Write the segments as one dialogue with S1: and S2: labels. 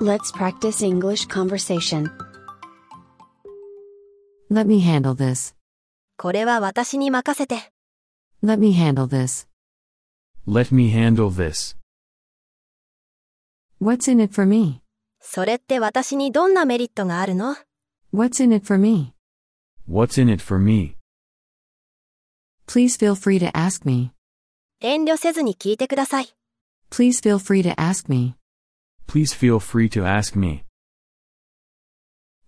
S1: Let's practice English conversation.
S2: Let me handle this.
S3: これは私に任せて。
S2: Let me handle this.
S4: Let me handle this.
S2: What's in it for me?
S3: それって私にどんなメリットがあるの
S2: What's in it for me?
S4: What's in it for me?
S2: Please feel free to ask me.
S3: 遠慮せずに聞いてください。
S2: Please feel free to ask me.
S4: Please feel free to ask me.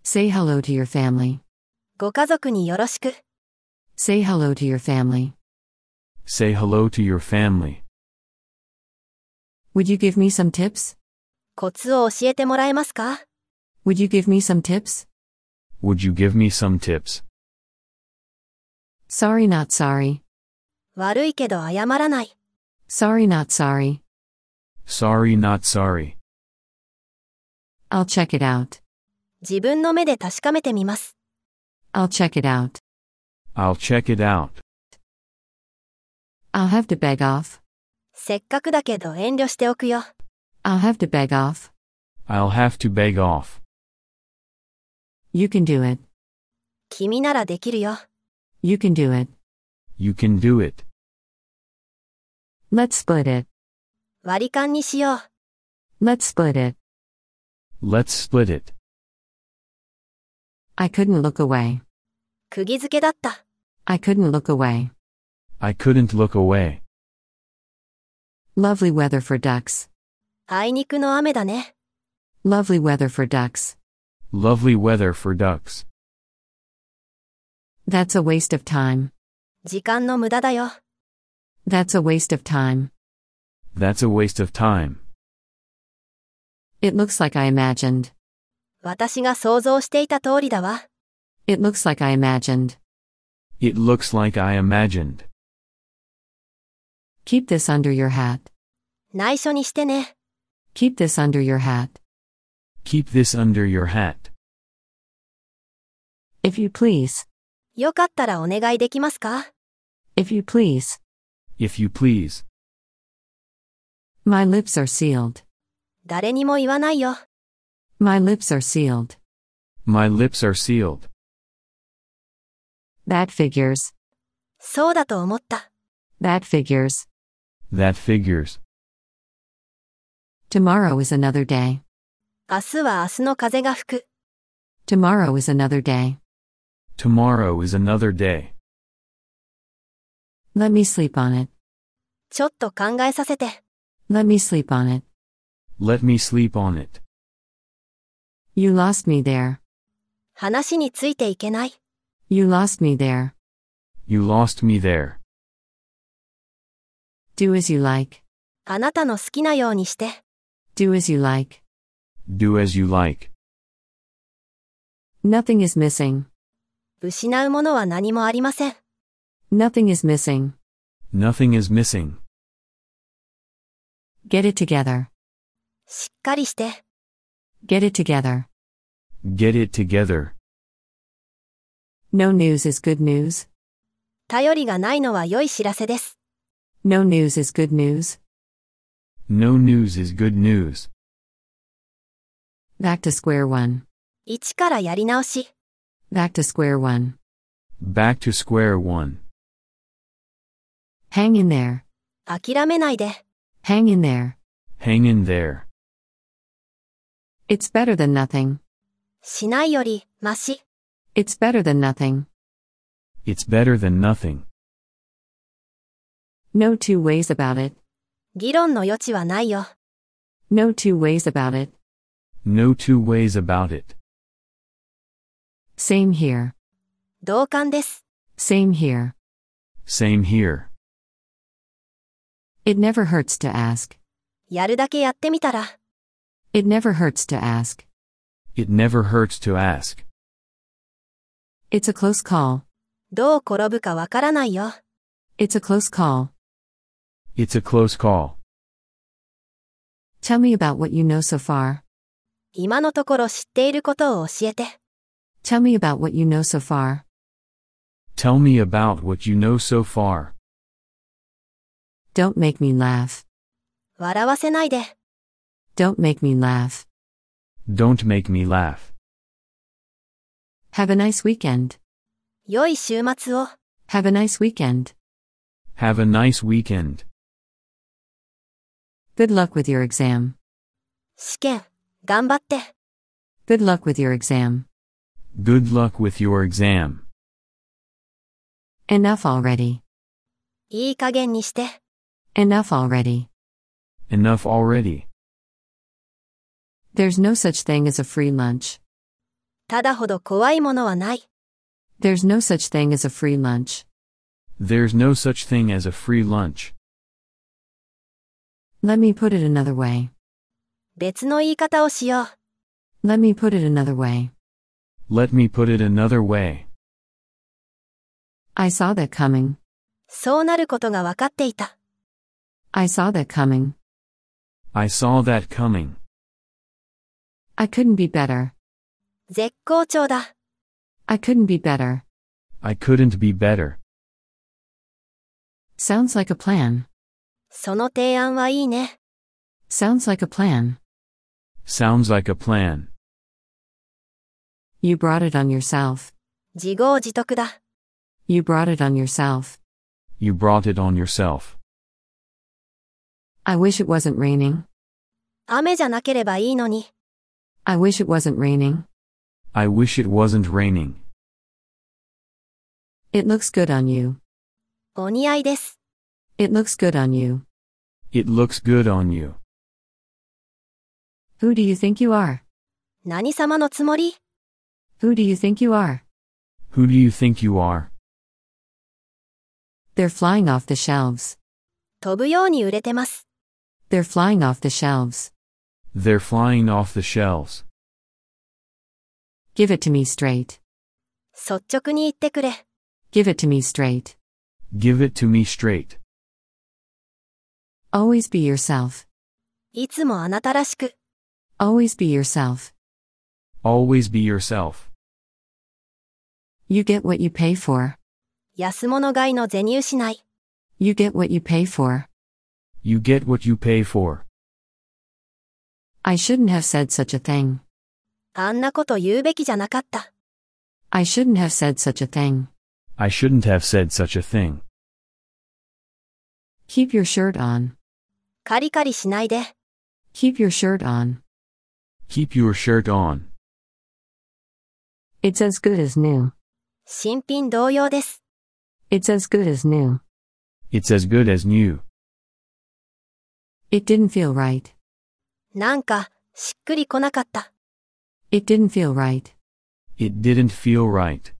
S2: Say hello to your family.
S3: ご家族によろしく。
S2: Say hello to your family.
S4: Say hello to your family.
S2: Would you give me some tips?
S3: コツを教えてもらえますか
S2: Would you give me some tips?
S4: Would you give me some tips?
S2: Sorry, not sorry.
S3: 悪いけど謝らない。
S2: Sorry, not sorry.
S4: Sorry, not sorry.
S2: I'll check it out.
S3: 自分の目で確かめてみます。
S2: I'll check it out.
S4: I'll check it out.
S2: I'll have to beg off.
S3: せっかくだけど遠慮しておくよ。
S2: I'll have to beg off.
S4: I'll have to beg off.
S2: You can do it.
S3: 君ならできるよ。
S2: You can do it.
S4: You can do it.
S2: Let's split it.
S3: 割り勘にしよう。
S2: Let's split it.
S4: Let's split it.
S2: I couldn't look away.
S3: 釘付けだった。
S2: I couldn't look away.
S4: I couldn't look away.
S2: Lovely weather for ducks.
S3: あいにくの雨だね。
S2: Lovely weather for ducks.
S4: Lovely weather for ducks.
S2: That's a waste of time.
S3: 時間の無駄だよ。
S2: That's a waste of time.
S4: That's a waste of time.
S2: It looks like I imagined.
S3: 私が想像していた通りだわ。
S2: It looks like I imagined.
S4: It looks like I imagined.
S2: Keep this under your hat.
S3: 内緒にしてね。
S2: Keep this under your hat.
S4: Keep this under your hat.
S2: If you please.
S3: よかったらお願いできますか
S2: If you please.
S4: If you please.
S2: My lips are sealed.
S3: 誰にも言わないよ。
S2: My lips are sealed.
S4: My lips are sealed.
S2: That figures.
S3: そうだと思った。
S2: That figures.
S4: That figures.
S2: Tomorrow is another day.
S3: 明日は明日の風が吹く。
S2: Tomorrow is another day.
S4: Tomorrow is another day.
S2: Let me sleep on it.
S3: ちょっと考えさせて。
S2: Let me sleep on it.
S4: Let me sleep on it.
S2: You lost me there.
S3: 話についていけない。
S2: You lost me there.
S4: You lost me there.
S2: Do as you like.
S3: あなたの好きなようにして。
S2: Do as you like.
S4: Do as you like.
S2: Nothing is missing.
S3: 失うものは何もありません。
S2: Nothing is missing.
S4: Nothing is missing.
S2: Get it together.
S3: しっかりして。
S2: Get it together.
S4: Get it together.
S2: No news is good news.
S3: 頼りがないのは良い知らせです。
S2: No news is good news.
S4: No news is good news.
S2: Back to square one.
S3: 一からやり直し。
S2: Back to square one.
S4: Back to square one.
S2: Hang in there.
S3: 諦めないで。
S2: Hang in there.
S4: Hang in there.
S2: It's better than nothing.
S3: しないより、まし。
S2: It's better than nothing.
S4: It's better than nothing.
S2: No two ways about it.
S3: 議論の余地はないよ。
S2: No two ways about it.
S4: No two ways about it.
S2: Same here.
S3: 同感です。
S2: Same here.
S4: Same here.
S2: It never hurts to ask.
S3: やるだけやってみたら。
S2: It never hurts to ask.
S4: It never hurts to ask.
S2: It's a close call.
S3: どう転ぶかわからないよ。
S2: It's a close call.
S4: It's a close call.
S2: Tell me about what you know so far.
S3: 今のところ知っていることを教えて。
S2: Tell me about what you know so far.
S4: Tell me about what you know so far.
S2: Don't make me laugh.
S3: 笑わせないで。
S2: Don't make me laugh.
S4: Don't make me laugh.
S2: Have a nice weekend.
S3: 良い週末を。
S2: Have a nice weekend.
S4: Have a nice weekend.
S2: Good luck with your exam.
S3: 試験、頑張って。
S2: Good luck with your exam.
S4: Good luck with your exam.
S2: Enough already.
S3: いい加減にして。
S2: Enough already.
S4: Enough already.
S2: There's no such thing as a free lunch.
S3: ただほど怖いものはない。
S2: There's no such thing as a free lunch.
S4: There's no such thing as a free lunch.
S2: Let me put it another way.
S3: 別の言い方をしよう。
S2: Let me put it another way.
S4: Let me put it another way.
S2: I saw that coming.
S3: そうなることが分かっていた。
S2: I saw that coming.
S4: I saw that coming.
S2: I couldn't be better.
S3: 絶好調だ。
S2: I couldn't be better.
S4: I couldn't be better.
S2: Sounds like a plan.
S3: その提案はいいね。
S2: Sounds like a plan.
S4: Sounds like a plan.
S2: You brought it on yourself.
S3: 自業自得だ。
S2: You brought it on yourself.
S4: You brought it on yourself.
S2: I wish it wasn't raining.
S3: 雨じゃなければいいのに。
S2: I wish it wasn't raining.
S4: I wish it wasn't raining.
S2: It looks good on you.
S3: お似合いです。
S2: It looks good on you.
S4: It looks good on you.
S2: Who do you think you are?
S3: 何様のつもり
S2: Who do you think you are?
S4: Who do you think you are?
S2: They're flying off the shelves.
S3: 飛ぶように売れてます。
S2: They're flying off the shelves.
S4: They're flying off the shelves.
S2: Give it to me straight.
S3: 率直に言ってくれ。
S2: Give it to me straight.
S4: Give it to me straight.
S2: Always be yourself.
S3: いつもあなたらしく。
S2: Always be yourself.
S4: Always be yourself.
S2: You get what you pay for.
S3: 安物買いの銭失い。
S2: You get what you pay for.
S4: You get what you pay for.
S2: I shouldn't have said such a thing.
S3: あんなこと言うべきじゃなかった。
S2: I shouldn't have said such a thing.
S4: I shouldn't have said such a thing.
S2: Keep your shirt on.
S3: カリカリしないで。
S2: Keep your shirt on.
S4: Keep your shirt on.
S2: It's as good as new.
S3: 新品同様です。
S2: It's as good as new.
S4: It's as good as new.
S2: It didn't feel right.
S3: なんか、しっくりこなかった。
S2: It didn't feel right.
S4: It didn't feel right.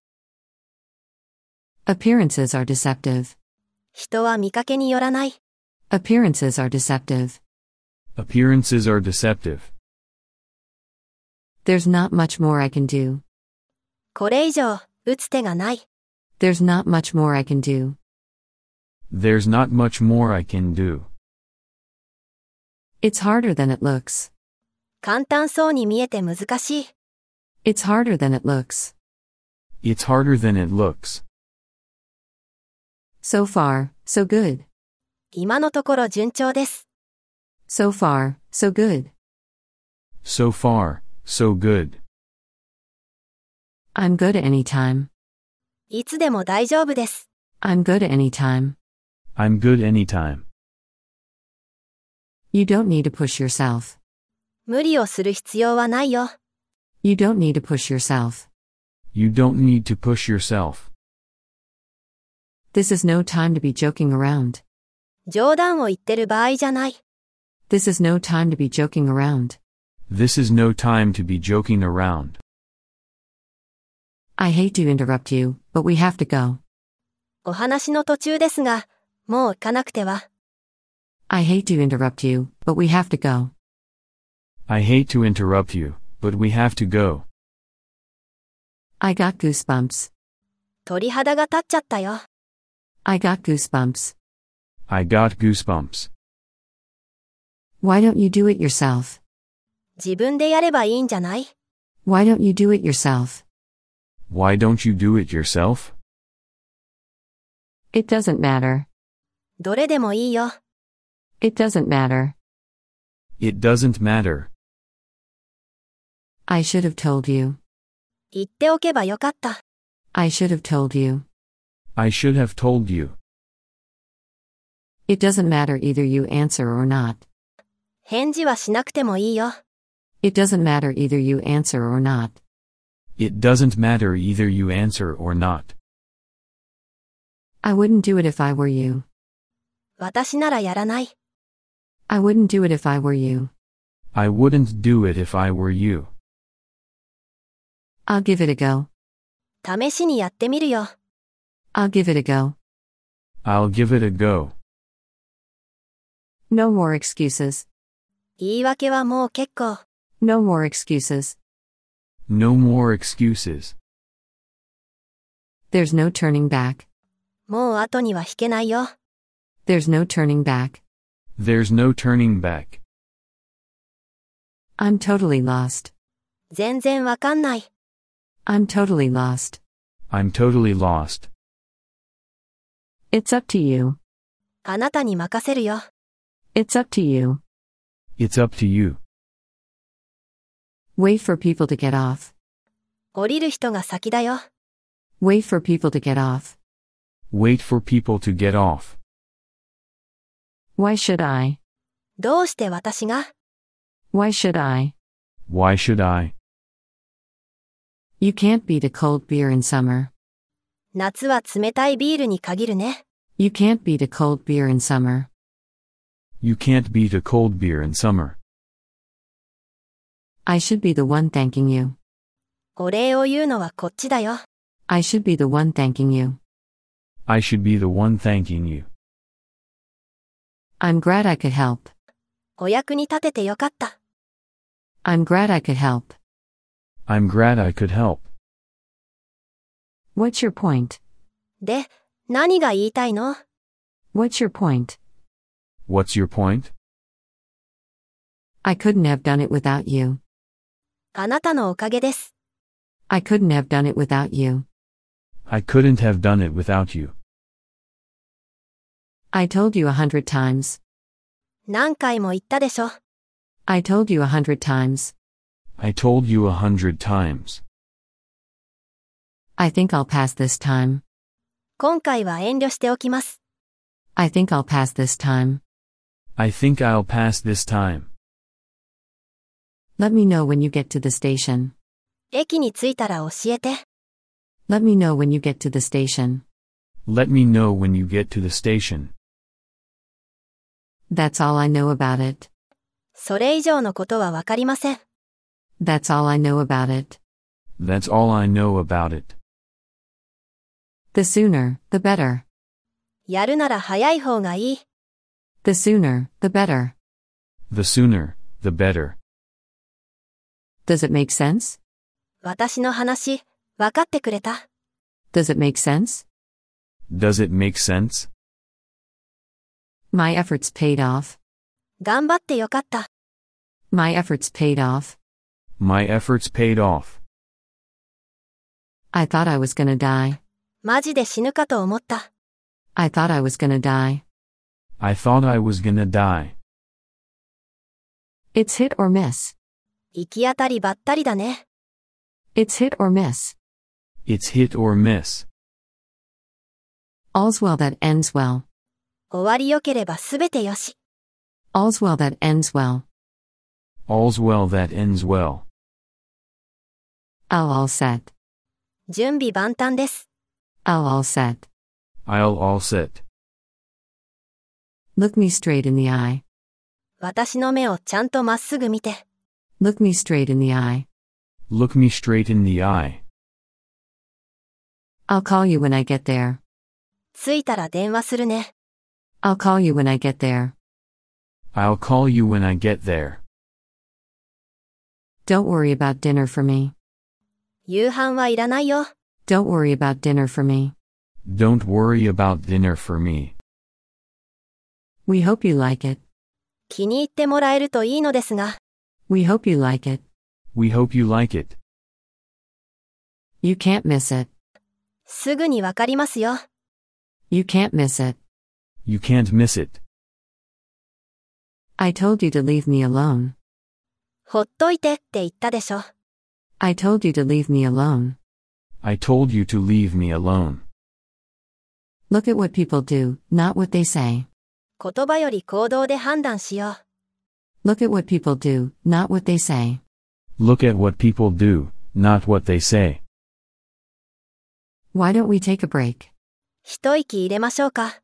S2: Appearances are deceptive.
S3: 人は見かけによらない。
S2: Appearances are deceptive.
S4: Appearances are deceptive.
S2: There's not much more I can do.
S3: これ以上、打つ手がない。
S2: There's not much more I can do.
S4: There's not much more I can do.
S2: It's harder than it looks.
S3: 簡単そうに見えて難しい。
S2: It's harder than it looks.
S4: It's harder than it looks.
S2: So far, so good.
S3: 今のところ順調です。
S2: So far, so good.
S4: So far, so good.
S2: I'm good at any time.
S3: いつでも大丈夫です。
S2: I'm good at any time.
S4: I'm good anytime.
S2: You don't need to push yourself.
S3: 無理をする必要はないよ。
S2: You don't need to push yourself.
S4: You don't need to push yourself.
S2: This is no time to be joking around.
S3: 冗談を言ってる場合じゃない。
S2: This is no time to be joking around.
S4: This is no time to be joking around.
S2: I hate to interrupt you, but we have to go.
S3: お話の途中ですが、もう行かなくては。
S2: I hate to interrupt you, but we have to go.
S4: I hate to interrupt you, but we have to go.
S2: I got goosebumps.
S3: 鳥肌が立っちゃったよ。
S2: I got goosebumps.
S4: I got goosebumps.
S2: Why don't you do it yourself?
S3: 自分でやればいいんじゃない
S2: Why don't you do it yourself?
S4: Why don't you do it yourself?
S2: It doesn't matter.
S3: どれでもいいよ。
S2: It doesn't matter.
S4: It doesn't matter.
S2: I should have told you.
S3: 言っておけばよかった。
S2: I should have told you.
S4: I should have told you.
S2: It doesn't matter either you answer or not.
S3: 返事はしなくてもいいよ。
S2: It doesn't matter either you answer or not.
S4: It doesn't matter either you answer or not.
S2: I wouldn't do it if I were you.
S3: 私ならやらない。
S2: I wouldn't do it if I were you.
S4: I wouldn't do it if I were you.
S2: I'll give it a go.
S3: 試しにやってみるよ。
S2: I'll give it a go.
S4: I'll give it a go.
S2: No more excuses.
S3: 言い訳はもう結構。
S2: No more excuses.
S4: No more excuses.
S2: There's no turning back.
S3: もう後には引けないよ。
S2: There's no turning back.
S4: There's no turning back.
S2: I'm totally lost.
S3: 全然わかんない。
S2: I'm totally lost.
S4: I'm totally lost.
S2: It's up to you.
S3: あなたに任せるよ。
S2: It's up to you.
S4: It's up to you.
S2: Wait for people to get off.
S3: 降りる人が先だよ。
S2: Wait for people to get off.
S4: Wait for people to get off.
S2: Why should I?
S3: どうして私が
S2: Why should I?
S4: Why should I?
S2: You can't beat a cold beer in summer.
S3: 夏は冷たいビールに限るね。
S2: You can't beat a cold beer in summer.
S4: You can't beat a cold beer in summer.
S2: I should be the one thanking you.
S3: お礼を言うのはこっちだよ。
S2: I should be the one thanking you.
S4: I should be the one thanking you.
S2: I'm glad I could help.
S3: お役に立ててよかった。
S2: I'm glad I could help.
S4: I'm glad I could help.
S2: What's your point?
S3: で、何が言いたいの
S2: What's your point?
S4: What's your point?
S2: I couldn't have done it without you.
S3: あなたのおかげです。
S2: I couldn't have done it without you.
S4: I couldn't have done it without you.
S2: I told you a hundred times.
S3: 何回も言ったでしょ。
S2: I told you a hundred times.
S4: I told you a hundred times.
S2: I think I'll pass this time.
S3: 今回は遠慮しておきます。
S2: I think I'll pass this time.
S4: I think I'll pass this time.
S2: Let me know when you get to the station.
S3: 駅に着いたら教えて。
S2: Let me know when you get to the station.
S4: Let me know when you get to the station.
S2: That's all I know about it.
S3: それ以上のことはわかりません。
S2: That's all I know about it.
S4: That's all I know about it.
S2: The sooner, the better.
S3: やるなら早い方がいい。
S2: The sooner, the better.
S4: The sooner, the better.
S2: Does it make sense?
S3: 私の話、わかってくれた。
S2: Does it make sense?
S4: Does it make sense?
S2: My efforts paid off.
S3: 頑張ってよかった。
S2: My efforts paid off.
S4: My efforts paid off.
S2: I thought I was gonna die.
S3: マジで死ぬかと思った。
S2: I thought I was gonna die.
S4: I thought I was gonna die.
S2: It's hit or miss.
S3: 行き当たりばったりだね。
S2: It's hit or miss.
S4: It's hit or miss.
S2: All's well that ends well.
S3: 終わり良ければすべてよし。
S2: All's well that ends well.
S4: All's well that ends well.
S2: I'll all set.
S3: 準備万端です。
S2: I'll all set.
S4: I'll all set.
S2: Look me straight in the eye.
S3: 私の目をちゃんとまっすぐ見て。
S2: Look me straight in the eye.
S4: Look me straight in the eye.
S2: I'll call you when I get there.
S3: 着いたら電話するね。
S2: I'll call you when I get there.
S4: I'll call you when I get there.
S2: Don't worry about dinner for me.
S3: 夕飯はいらないよ。
S2: Don't worry about dinner for me.
S4: Don't worry about dinner for me.
S2: We hope you like it.
S3: 気に入ってもらえるといいのですが、
S2: We hope you like it.
S4: We hope you like it.
S2: You can't miss it.
S3: すぐにわかりますよ。
S2: You can't miss it.
S4: You can't miss it.
S2: I told you to leave me alone.
S3: ほっといてって言ったでしょ。
S2: I told you to leave me alone.
S4: I told you to leave me alone.
S2: Look at what people do, not what they say.
S3: 言葉より行動で判断しよ
S2: Look at what people do, not what they say.
S4: Look at what people do, not what they say.
S2: Why don't we take a break?
S3: う。一息入れましょうか。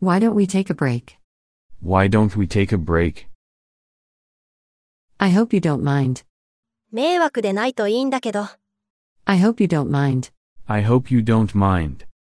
S2: Why don't we take a break?
S4: Why don't we take a break?
S2: I hope you don't mind.
S3: 迷惑でないといいんだけど。
S2: I hope you don't mind.
S4: I hope you don't mind.